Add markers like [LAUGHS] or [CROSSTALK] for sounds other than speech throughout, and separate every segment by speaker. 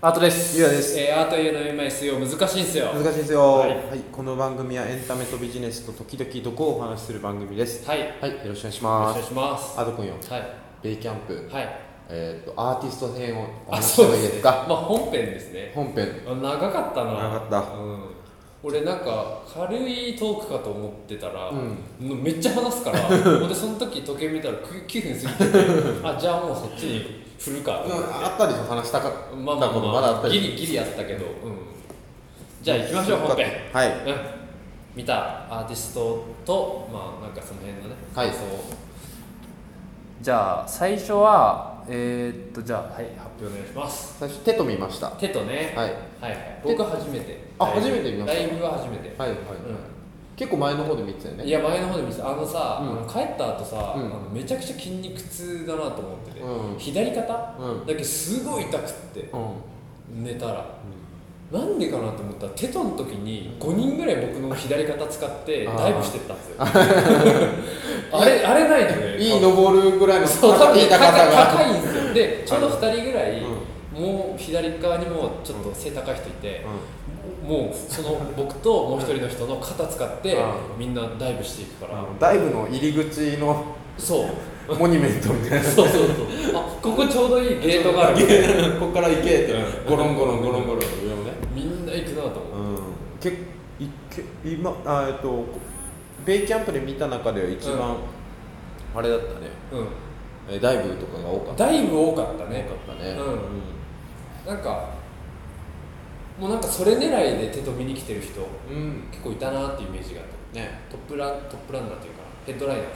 Speaker 1: アートです
Speaker 2: ゆうやです
Speaker 1: えー、アートへの MSU 難しいんすよ
Speaker 2: 難しいですよ、
Speaker 1: は
Speaker 2: はいいこの番組はエンタメとビジネスと時々どこをお話しする番組です
Speaker 1: はい
Speaker 2: はいよろしくお願いし
Speaker 1: お
Speaker 2: ま
Speaker 1: 願い
Speaker 2: す
Speaker 1: します
Speaker 2: あとくんよ
Speaker 1: はい
Speaker 2: ベイキャンプ、
Speaker 1: はい
Speaker 2: えー、とアーティスト編をお
Speaker 1: あ
Speaker 2: 話しし
Speaker 1: そ
Speaker 2: た
Speaker 1: う
Speaker 2: 方
Speaker 1: で
Speaker 2: がいい
Speaker 1: すね
Speaker 2: です
Speaker 1: まあ
Speaker 2: か
Speaker 1: 本編ですね
Speaker 2: 本編
Speaker 1: あ長かったな
Speaker 2: 長かった
Speaker 1: うん、俺なんか軽いトークかと思ってたら、
Speaker 2: うん
Speaker 1: めっちゃ話す
Speaker 2: [LAUGHS]
Speaker 1: からほんでその時時計見たら9分過ぎててあじゃあもうそっちに振るかと思って
Speaker 2: あったでしょ話したかったこと
Speaker 1: まあ
Speaker 2: ま
Speaker 1: まあまあ、
Speaker 2: だあったで
Speaker 1: ギ
Speaker 2: しょ
Speaker 1: リギリやったけど、うん、じゃあ行きましょう
Speaker 2: よか
Speaker 1: 本
Speaker 2: った
Speaker 1: 編、
Speaker 2: はい
Speaker 1: うん、見たアーティストとまあなんかその辺のね
Speaker 2: はい
Speaker 1: そうじゃあ最初はえー、っとじゃあはい発表お願いします
Speaker 2: 最初手と見ましたは
Speaker 1: 手とね、
Speaker 2: いはい
Speaker 1: はいはい、僕は初めて
Speaker 2: あ
Speaker 1: ライブ
Speaker 2: 初めて見ました
Speaker 1: ライブは初めて、
Speaker 2: はい、結構前の方で見てたよ
Speaker 1: うん、
Speaker 2: ね
Speaker 1: いや前の方で見てたあのさ、
Speaker 2: うん
Speaker 1: あの帰った後さ、
Speaker 2: うん
Speaker 1: あのめちゃくちゃ筋肉痛だなと思ってて、
Speaker 2: うん
Speaker 1: 左肩
Speaker 2: うんうん
Speaker 1: だけすごい痛くって寝たらなんでかなと思ったらテトの時に5人ぐらい僕の左肩使って
Speaker 2: あー
Speaker 1: ダイブしてったん
Speaker 2: [LAUGHS]
Speaker 1: ですよあれあれないのね
Speaker 2: いい登るぐらいの
Speaker 1: そう多分
Speaker 2: い
Speaker 1: ね
Speaker 2: い高
Speaker 1: 高
Speaker 2: さが
Speaker 1: 高いんですよでちょうど2人ぐらい、
Speaker 2: うん
Speaker 1: もう左側にもちょっと背高い人いて、
Speaker 2: う
Speaker 1: もうその僕ともう一人の人の肩使って
Speaker 2: う
Speaker 1: みんなダイブしていくから、
Speaker 2: んダイブの入り口の
Speaker 1: そう
Speaker 2: モニュメントみたいな
Speaker 1: そうそうそうあここちょうどいいゲートがある
Speaker 2: [LAUGHS] ここから行けって
Speaker 1: うん
Speaker 2: ゴロンゴロンゴロンゴロン上をね
Speaker 1: みんな行くなと思う、
Speaker 2: うんけいけ今あえっとベイキャンプで見た中では一番、あれだったね
Speaker 1: う
Speaker 2: えダイブとかが多かっ
Speaker 1: ん、
Speaker 2: た
Speaker 1: ダイブ多かったね
Speaker 2: 多かったね
Speaker 1: うんなんかもうなんかそれ狙いで手と見に来てる人
Speaker 2: うん、うん、
Speaker 1: 結構いたなっていうイメージがあった
Speaker 2: ね
Speaker 1: トップラントップランナーというかヘッドライナーか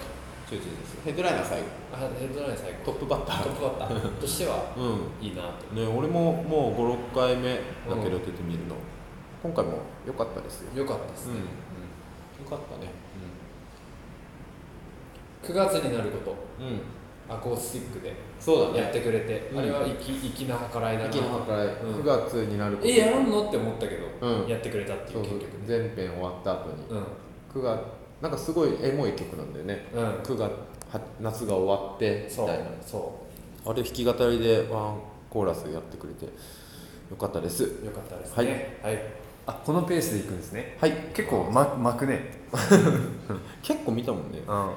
Speaker 2: ちょいちょいですヘッドライナー最後
Speaker 1: あヘッドライナー最高
Speaker 2: トップバッタ
Speaker 1: ト
Speaker 2: ー
Speaker 1: ップバッターとしては
Speaker 2: う
Speaker 1: いいなと
Speaker 2: んね俺ももう56回目だけど出てみるの、今回も良かったですよ
Speaker 1: 良かったですね、
Speaker 2: 良かったね
Speaker 1: 9月になること
Speaker 2: うん、
Speaker 1: アコースティックで
Speaker 2: そうだ
Speaker 1: やって
Speaker 2: ね
Speaker 1: くれて、
Speaker 2: うん
Speaker 1: あれは粋粋な計らいだな
Speaker 2: 駅の計らい
Speaker 1: うん
Speaker 2: 9月になること
Speaker 1: えやるのって思ったけど、
Speaker 2: うん
Speaker 1: やってくれたってい
Speaker 2: そうう
Speaker 1: 結
Speaker 2: そう
Speaker 1: 局ね
Speaker 2: 全編終わった後に
Speaker 1: うん
Speaker 2: 9月なんかすごいエモい曲なんだよね
Speaker 1: うん
Speaker 2: 9月は夏が終わってみ
Speaker 1: そう
Speaker 2: たいな
Speaker 1: そ
Speaker 2: あれ弾き語りでワンコーラスやってくれてよかったです
Speaker 1: うよかったですねはい、
Speaker 3: あこのペースで行くんですね
Speaker 2: はい
Speaker 3: 結構ま巻くね
Speaker 2: 結構見たもんね
Speaker 3: うん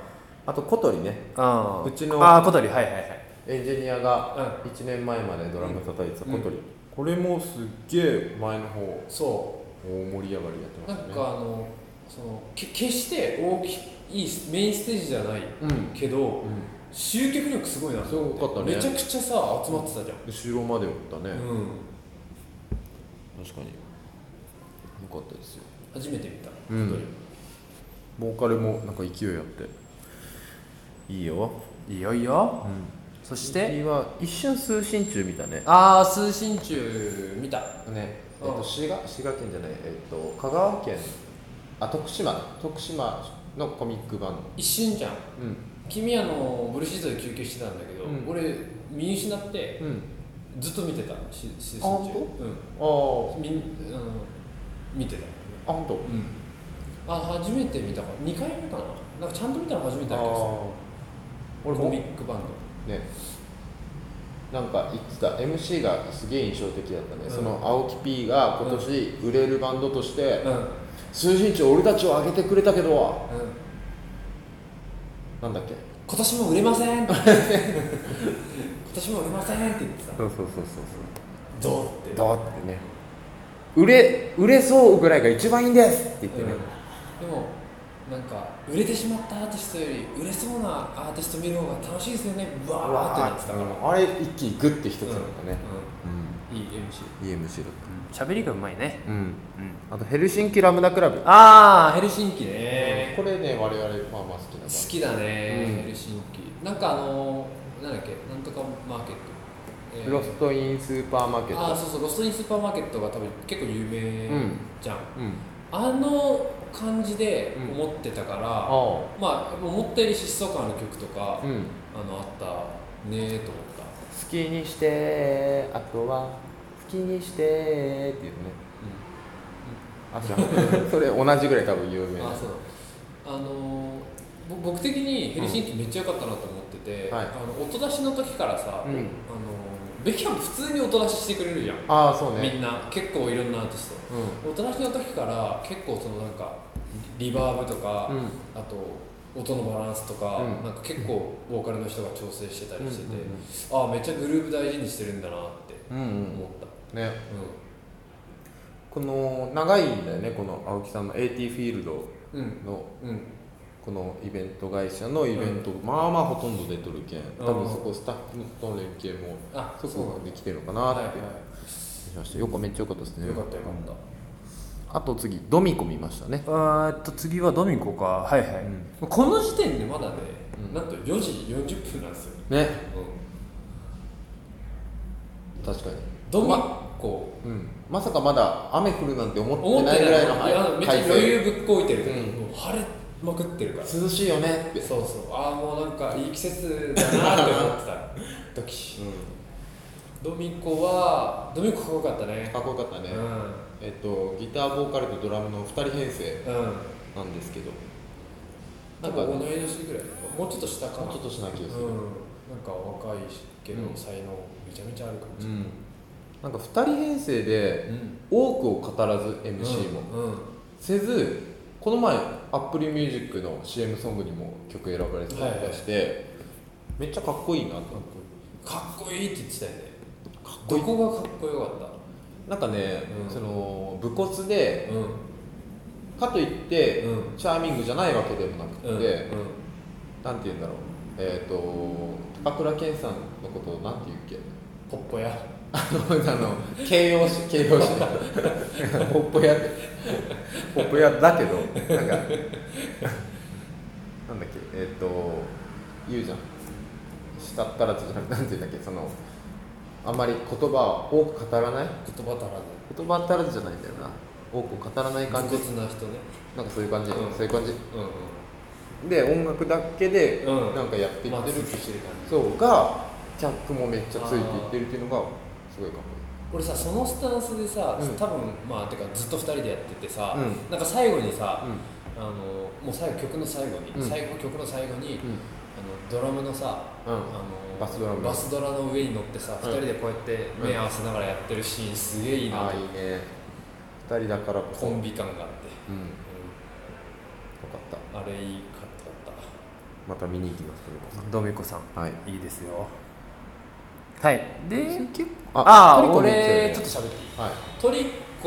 Speaker 2: あと小鳥ね
Speaker 3: あ
Speaker 2: うちの
Speaker 3: ああ小鳥はいはいはい
Speaker 2: エンジニアが1年前までドラム叩いてた小鳥、これもすっげえ前の方
Speaker 1: そ
Speaker 2: 大盛り上がりやって
Speaker 1: うな
Speaker 2: ま
Speaker 1: ん
Speaker 2: し
Speaker 1: か
Speaker 2: たね
Speaker 1: あのそのけ決して大きいいメインステージじゃない
Speaker 2: うん、うん、
Speaker 1: けど集客力すごいなと思
Speaker 2: すごかったね
Speaker 1: めちゃくちゃさ集まってたじゃん
Speaker 2: 後ろまでおったね、
Speaker 1: うん
Speaker 2: 確かによかったですよ
Speaker 1: 初めて見た、
Speaker 2: うん
Speaker 1: 本
Speaker 2: ボーカルもなんか勢いあっていいよ、
Speaker 3: いいよいいよ
Speaker 2: うん、
Speaker 3: そし
Speaker 2: う
Speaker 3: て
Speaker 2: ちは一瞬数針中見たね
Speaker 1: ああ通信中見た
Speaker 2: ねえ
Speaker 1: う
Speaker 2: っ
Speaker 1: ん
Speaker 2: と滋賀滋賀県じゃないえっと香川県あ徳島徳島のコミックバンド
Speaker 1: 一瞬じゃん
Speaker 2: うん
Speaker 1: 君あのブルーシートで休憩してたんだけど、
Speaker 2: うん
Speaker 1: 俺見失って
Speaker 2: うん
Speaker 1: ずっと見てたし通信中
Speaker 2: あ本あ
Speaker 1: うんみんあの見てた
Speaker 2: ああほんと
Speaker 1: うんあ初めて見たか2回目かななんかちゃんと見たの初めてだけど
Speaker 2: あ
Speaker 1: さ
Speaker 2: 俺
Speaker 1: コ
Speaker 2: も
Speaker 1: ミ
Speaker 2: ね
Speaker 1: ックバン
Speaker 2: なんか言ってた MC がすげえ印象的だったね、
Speaker 1: うん
Speaker 2: その青木 P が今年売れるバンドとして、
Speaker 1: ドうんうん
Speaker 2: 数字値俺たちを上げてくれたけどなんだっけ
Speaker 1: 今年も売れません今年も売れませんって言ってた
Speaker 2: そうそうそうそう
Speaker 1: どうって
Speaker 2: だってね売れ売れそうぐらいが一番いいんですって言って
Speaker 1: うん
Speaker 2: ね、
Speaker 1: でもなんか売れてしまったアーティストより売れそうなアーティスト見る方が楽しいですよねう
Speaker 2: う
Speaker 1: わーっ
Speaker 2: わー
Speaker 1: てなってたから
Speaker 2: あれ一気にグッて一つなんだね、
Speaker 1: うん、いい MC
Speaker 2: うん、いい MC だっ
Speaker 3: 喋りがうまいね
Speaker 2: たうん
Speaker 3: うん
Speaker 2: あとヘルシンキラムダクラブ
Speaker 1: ああヘルシンキね
Speaker 2: これね我々まあまあ好きなバンド
Speaker 1: 好きだね、
Speaker 2: うん
Speaker 1: ヘルシンキなんかあのー、なんだっけなんとかマーケット、えー
Speaker 2: ロストインスーパーマーケッ
Speaker 1: ああ
Speaker 2: ト
Speaker 1: そうそうロストインスーパーマーケットが多分結構有名
Speaker 2: うん
Speaker 1: じゃん、
Speaker 2: うん
Speaker 1: あの感じで思ってたから、
Speaker 2: ああ
Speaker 1: まあ思ったより疾走感ある曲とか、
Speaker 2: うん
Speaker 1: あのあったねーと思った
Speaker 2: 好きにしてあとは好きにしてっていうねあ知ら [LAUGHS] んそれ同じぐらい多分有名な
Speaker 1: あそうあのーぼ僕的にヘルシンキめっちゃ良かったなと思ってて、
Speaker 2: うんはい
Speaker 1: あの音出しの時からさ、
Speaker 2: うん
Speaker 1: あのーベッキャム普通におとなししてくれるじゃん、
Speaker 2: ああそう
Speaker 1: み
Speaker 2: ね
Speaker 1: んな結構いろんなアーティスト
Speaker 2: う
Speaker 1: おとなしの時から結構そのなんかリバーブとか、
Speaker 2: んうん
Speaker 1: あと音のバランスとか、
Speaker 2: うん
Speaker 1: なんか結構ボーカルの人が調整してたりしてて、
Speaker 2: うんうん
Speaker 1: ああめっちゃグループ大事にしてるんだなって
Speaker 2: うんうん
Speaker 1: 思った、
Speaker 2: ね
Speaker 1: う
Speaker 2: この長いんだよねこの青木さんの AT フィールド
Speaker 1: んうん
Speaker 2: の
Speaker 1: うん
Speaker 2: このイベント会社のイベント、まあまあほとんど出とるけん多分そこスタッフとの連携も
Speaker 1: あ
Speaker 2: そこができてるのか
Speaker 1: は
Speaker 2: ないっ
Speaker 1: は
Speaker 2: て思いましたよくめっちゃ良かったです
Speaker 1: い
Speaker 2: ね
Speaker 1: よかったよかった、
Speaker 2: あと次ドミコ見ましたね
Speaker 3: あーっと次はドミコかはいはい、
Speaker 2: うん
Speaker 1: この時点でまだね、
Speaker 2: うん
Speaker 1: なんと4時40分なんですよ、
Speaker 2: ね
Speaker 1: う
Speaker 2: 確かに
Speaker 1: ん、ドマッコ
Speaker 2: うんまさかまだ雨降るなんて思
Speaker 1: 思
Speaker 2: って
Speaker 1: ってな
Speaker 2: ないいぐらいの
Speaker 1: いやめっちゃ
Speaker 2: 快晴
Speaker 1: 余裕ぶっこいてる、
Speaker 2: うん
Speaker 1: もう晴れまくってるからそう
Speaker 2: 涼しいよねって
Speaker 1: そうああもうなんかいい季節だなって思ってた時ドミコはドミコかっこよかった
Speaker 2: うん
Speaker 1: ね
Speaker 2: かっこよかったね、
Speaker 1: う
Speaker 2: えっとギターボーカルとドラムの2人編成
Speaker 1: んうん
Speaker 2: なんですけど
Speaker 1: なんか同い年ぐらいもうちょっと下かな
Speaker 2: もうちょっとしなきゃです
Speaker 1: うんなんか若いけど
Speaker 2: うん
Speaker 1: 才能めちゃめちゃある感
Speaker 2: う
Speaker 1: じ
Speaker 2: んなんか2人編成で
Speaker 1: うん
Speaker 2: 多くを語らず MC も、
Speaker 1: うんうん
Speaker 2: せずこの前 AppleMusic の CM ソングにも曲選ばれてたりとかして、めっちゃかっこいいなと
Speaker 1: かっこいいって言ってたよね
Speaker 2: かっ
Speaker 1: どこがかっこよかっ
Speaker 2: なんかね、
Speaker 1: うん
Speaker 2: その武骨で
Speaker 1: たうん
Speaker 2: かといって、
Speaker 1: うん
Speaker 2: チャーミングじゃないわけでもなくて、
Speaker 1: うんうん
Speaker 2: なんて言うんだろうえっ、と高倉健さんのことをなんて言うっけ
Speaker 1: ポッポや
Speaker 2: あのあの形容詞形容詞ポップ屋ってポップ屋だけどなんか [LAUGHS] なんだっけえっ、と言うじゃんしたったらずじゃなくてなんて言うんだっけそのあんまり言葉を多く語らない
Speaker 1: 言葉足らず
Speaker 2: 言葉足らずじゃないんだよな多く語らない感じ
Speaker 1: 武骨な人ね
Speaker 2: なんかそういう感じ、
Speaker 1: うん
Speaker 2: そういう感じ
Speaker 1: うんうん
Speaker 2: で音楽だけで
Speaker 1: うん
Speaker 2: なんかやってい
Speaker 1: ま
Speaker 2: っ
Speaker 1: あ
Speaker 2: てる、
Speaker 1: スッキリしてる感じ
Speaker 2: そうがキャップもめっちゃついていってるっていうのがすごいかっ
Speaker 1: 俺さそのスタンスでさ、
Speaker 2: うん
Speaker 1: 多分まあてかずっと2人でやっててさ、
Speaker 2: うん
Speaker 1: なんか最後に
Speaker 2: こ
Speaker 1: さ、
Speaker 2: いい、うん
Speaker 1: あのもう最後曲の最後に、
Speaker 2: うん
Speaker 1: 最後曲の最後に、
Speaker 2: うん
Speaker 1: あのドラムのさ、
Speaker 2: うん
Speaker 1: あの
Speaker 2: バスドラム
Speaker 1: バスドラの上に乗ってさ、
Speaker 2: うん
Speaker 1: 2人でこうやって目合わせながらやってるシーンすげえいいな
Speaker 2: あ
Speaker 1: と
Speaker 2: あいいね二人だからこそ
Speaker 1: コン
Speaker 2: ビ
Speaker 1: ビ感があって、
Speaker 2: うんよかった
Speaker 1: うんあれいいかったかっ
Speaker 2: また見に行きますけど
Speaker 3: ドミコさん
Speaker 2: はい
Speaker 3: いいですよはいであ
Speaker 2: あ
Speaker 3: あ
Speaker 2: トリコ見
Speaker 3: 俺
Speaker 2: て
Speaker 3: ちょ
Speaker 2: る
Speaker 3: っと喋って
Speaker 2: ね
Speaker 3: いい
Speaker 2: はい
Speaker 1: たトリッコ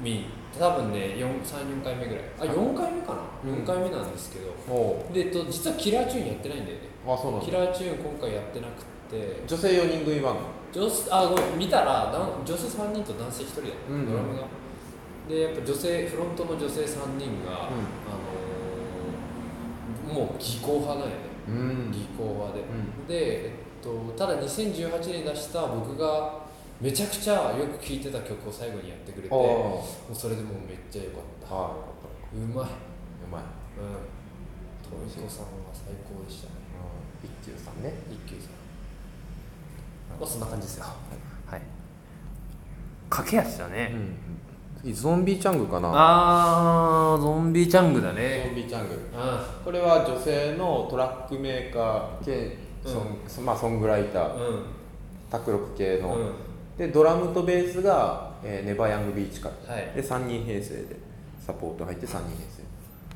Speaker 1: ミ多分ね34回目ぐらいあ4回目かな、
Speaker 2: うん
Speaker 1: 4回目なんですけど
Speaker 2: おお
Speaker 1: でえっと実はキラーチューンやってないんだよね
Speaker 2: あそうなん
Speaker 1: キ
Speaker 2: だ
Speaker 1: ラーチューン今回やってなくて
Speaker 2: 女性四人組バン
Speaker 1: 女子あごめん見たら男女性3人と男性1人だよ、
Speaker 2: うんうん
Speaker 1: ドラムがでやっぱ女性フロントの女性3人が、あのーもう技巧派なんやね
Speaker 2: ドうん
Speaker 1: 技巧派で、
Speaker 2: う
Speaker 1: で、えっと、ただ2018年に出した僕がめちゃくちゃよく聴いてた曲を最後にやってくれて
Speaker 2: ああ
Speaker 1: も
Speaker 2: は
Speaker 1: うそれでもうめっちゃ良かっ
Speaker 2: い
Speaker 1: た
Speaker 2: は
Speaker 1: うまい
Speaker 2: いうまい
Speaker 1: うんトミコさんは最高でしたね
Speaker 2: 一休さんね
Speaker 1: 一休さんまあそんな感じですよ
Speaker 3: はい駆け足だ
Speaker 2: う
Speaker 3: ね、
Speaker 2: ん次ゾンビチャングかな
Speaker 3: あーゾンビチャングだ
Speaker 2: ゾ
Speaker 3: ね
Speaker 2: ンビチャング
Speaker 1: あ
Speaker 2: これは女性のトラックメーカー兼ソンそまあソングライタ
Speaker 1: あう
Speaker 2: ー
Speaker 1: ん
Speaker 2: 卓録系
Speaker 1: う
Speaker 2: の
Speaker 1: ん
Speaker 2: でドラムとベースが、えーネバーヤングビーチから、
Speaker 1: はい
Speaker 2: で3人編成でサポート入って3人編成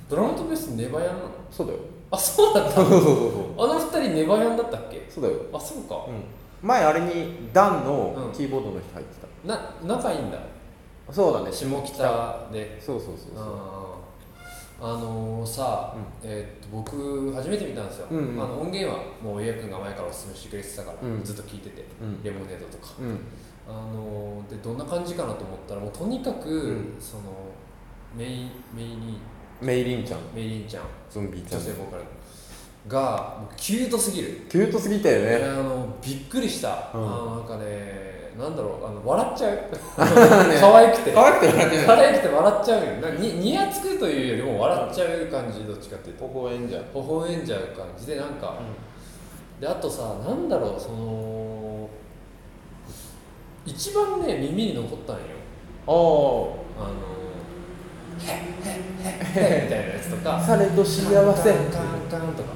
Speaker 1: ドラムとベースネバヤンなの
Speaker 2: そうだよ
Speaker 1: あそうなんだ
Speaker 2: そうそうそう
Speaker 1: あの二人ネバヤンだったっけ
Speaker 2: そうそうだよ、
Speaker 1: あそうか
Speaker 2: う、ん、前あれにダン
Speaker 1: う
Speaker 2: の
Speaker 1: ん
Speaker 2: キーボードの人入ってた、
Speaker 1: な仲いいんだ
Speaker 2: そうだね
Speaker 1: 下北で
Speaker 2: そうそうそう
Speaker 1: う
Speaker 2: そうん
Speaker 1: あのーさ、
Speaker 2: うん
Speaker 1: えーっと僕初めて見たんですよ、
Speaker 2: うんうん
Speaker 1: あの音源はもう家君が前からおすすめしてくれてたから、
Speaker 2: うん
Speaker 1: ずっと聞いてて、
Speaker 2: うん
Speaker 1: レモネードとか、
Speaker 2: うん
Speaker 1: あのーでどんな感じかなと思ったらもうとにかく、
Speaker 2: うん
Speaker 1: そのメイメイリン
Speaker 2: メイリンちゃん
Speaker 1: メイリンちゃん
Speaker 2: ゾンビちゃ
Speaker 1: 女
Speaker 2: ん
Speaker 1: 性ボーカルがもうキュートすぎる
Speaker 2: キュートすぎたよ
Speaker 1: い
Speaker 2: ね
Speaker 1: やあのびっくりした、
Speaker 2: うん
Speaker 1: あのなんかねなんだろうあの笑っちゃ
Speaker 2: [LAUGHS]
Speaker 1: う
Speaker 2: ね
Speaker 1: 可愛くて
Speaker 2: 可愛くて笑ってない
Speaker 1: 可愛くて笑っちゃうよなんかににやつくというよりも笑っちゃう感じどっちかっていうと
Speaker 2: 微笑んじゃう
Speaker 1: 微笑んじゃう感じでなんか、であとさなんだろうその一番ね耳に残ったんよ
Speaker 2: おー
Speaker 1: あの「へっへっへっへ」みたいなやつとか
Speaker 2: されど幸せ
Speaker 1: カンカンカンカンとか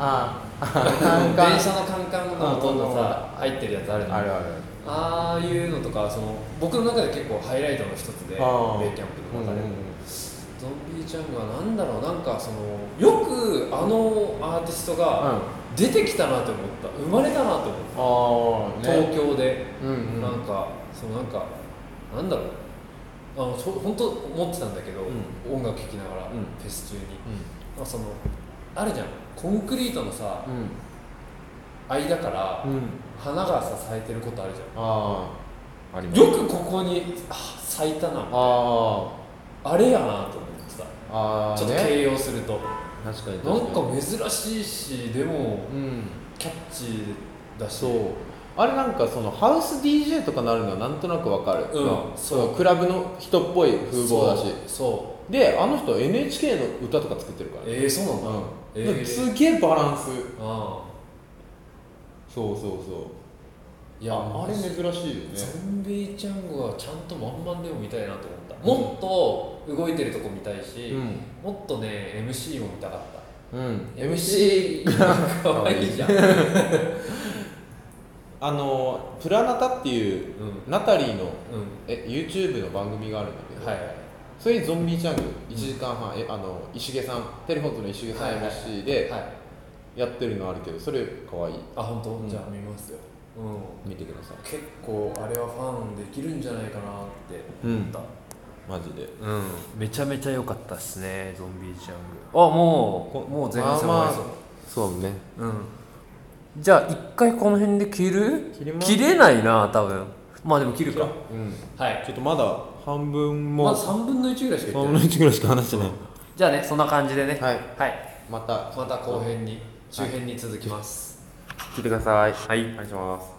Speaker 2: あカンカン
Speaker 1: 電車のカンカンの音のさ入ってるやつあるじゃ
Speaker 2: あ
Speaker 1: ん
Speaker 2: るある
Speaker 1: ああいうのとかその僕の中で結構ハイライトの一つでベイキ
Speaker 2: あー
Speaker 1: ャンプの中で、
Speaker 2: うんうんうん
Speaker 1: ゾンビーチャングはなんだろうなんかそのよくあのアーティストが出てきたなと思った生まれたなと思った
Speaker 2: ああ
Speaker 1: 東京で、
Speaker 2: うんうん
Speaker 1: なんかそのなんかなんだろうあのそ本当思ってたんだけど、
Speaker 2: う
Speaker 1: 音楽聴きながら、
Speaker 2: うん
Speaker 1: フェス中に、まあ、そのあるじゃんコンクリートのさ
Speaker 2: うん
Speaker 1: 間から
Speaker 2: うん、
Speaker 1: 花がさ咲いてることあるじゃん
Speaker 2: あああります
Speaker 1: よくここにあ咲いたな
Speaker 2: あ
Speaker 1: あれやなと思ってた
Speaker 2: あああ
Speaker 1: ちょっと
Speaker 2: ね
Speaker 1: 形容すると、
Speaker 2: 確かに
Speaker 1: なん
Speaker 2: 確に
Speaker 1: か珍しいしでも
Speaker 2: うん
Speaker 1: キャッチーだし
Speaker 2: そうあれなんかそのハウス DJ とかなるのはなんとなくわかる、
Speaker 1: うん
Speaker 2: まあ
Speaker 1: そう
Speaker 2: のクラブの人っぽい風貌だし
Speaker 1: そ
Speaker 2: であの人 NHK の歌とか作ってる
Speaker 1: う
Speaker 2: から
Speaker 1: そうえー、そうなんだ、
Speaker 2: うん
Speaker 1: え
Speaker 2: で
Speaker 1: ー
Speaker 2: すげえバランス
Speaker 1: あ
Speaker 2: そうそうそう
Speaker 1: あい
Speaker 2: い
Speaker 1: や
Speaker 2: あれ珍しいよね
Speaker 1: ゾンビちゃんはちゃんとまんまんでも見たいなと思った、もっと動いてるとこ見たいし、
Speaker 2: う
Speaker 1: もっとね MC も見たかっ
Speaker 2: ん、うん、
Speaker 1: た MC かわいい
Speaker 2: [LAUGHS]
Speaker 1: じゃん、うん、
Speaker 2: あのプラナタっていうナタリーのえ YouTube の番組があるんだけ
Speaker 1: うん
Speaker 2: ど、
Speaker 1: はいはい
Speaker 2: それにゾンビーチャング1時間半、えあの石毛さんテレフォンズの石毛さん
Speaker 1: はいはい
Speaker 2: MC で
Speaker 1: はい
Speaker 2: やってるのあるけどそれかわいい
Speaker 1: あ本当、
Speaker 2: うん
Speaker 1: じゃあ見ますようん
Speaker 2: 見てください
Speaker 1: 結構あれはファンできるんじゃないかなって思った、
Speaker 2: マジで
Speaker 3: うん、めちゃめちゃ良かったっすねゾンビジャングあもうもう前半戦終わりそう、
Speaker 2: まあまあそうね
Speaker 3: うんじゃあ一回この辺で切る
Speaker 2: 切ります
Speaker 3: れないな多分まあでも切るか
Speaker 2: うん
Speaker 1: はい
Speaker 2: ちょっとまだ半分も
Speaker 1: まだ3分の1ぐらいしか言って
Speaker 2: 半分
Speaker 1: な
Speaker 2: の
Speaker 1: い
Speaker 2: 1ぐらいしか話してない
Speaker 3: じゃあねそんな感じでね
Speaker 2: はい
Speaker 3: はい
Speaker 2: また
Speaker 1: また後編に周辺に続きます、
Speaker 2: 聞いてくださいはいお願いします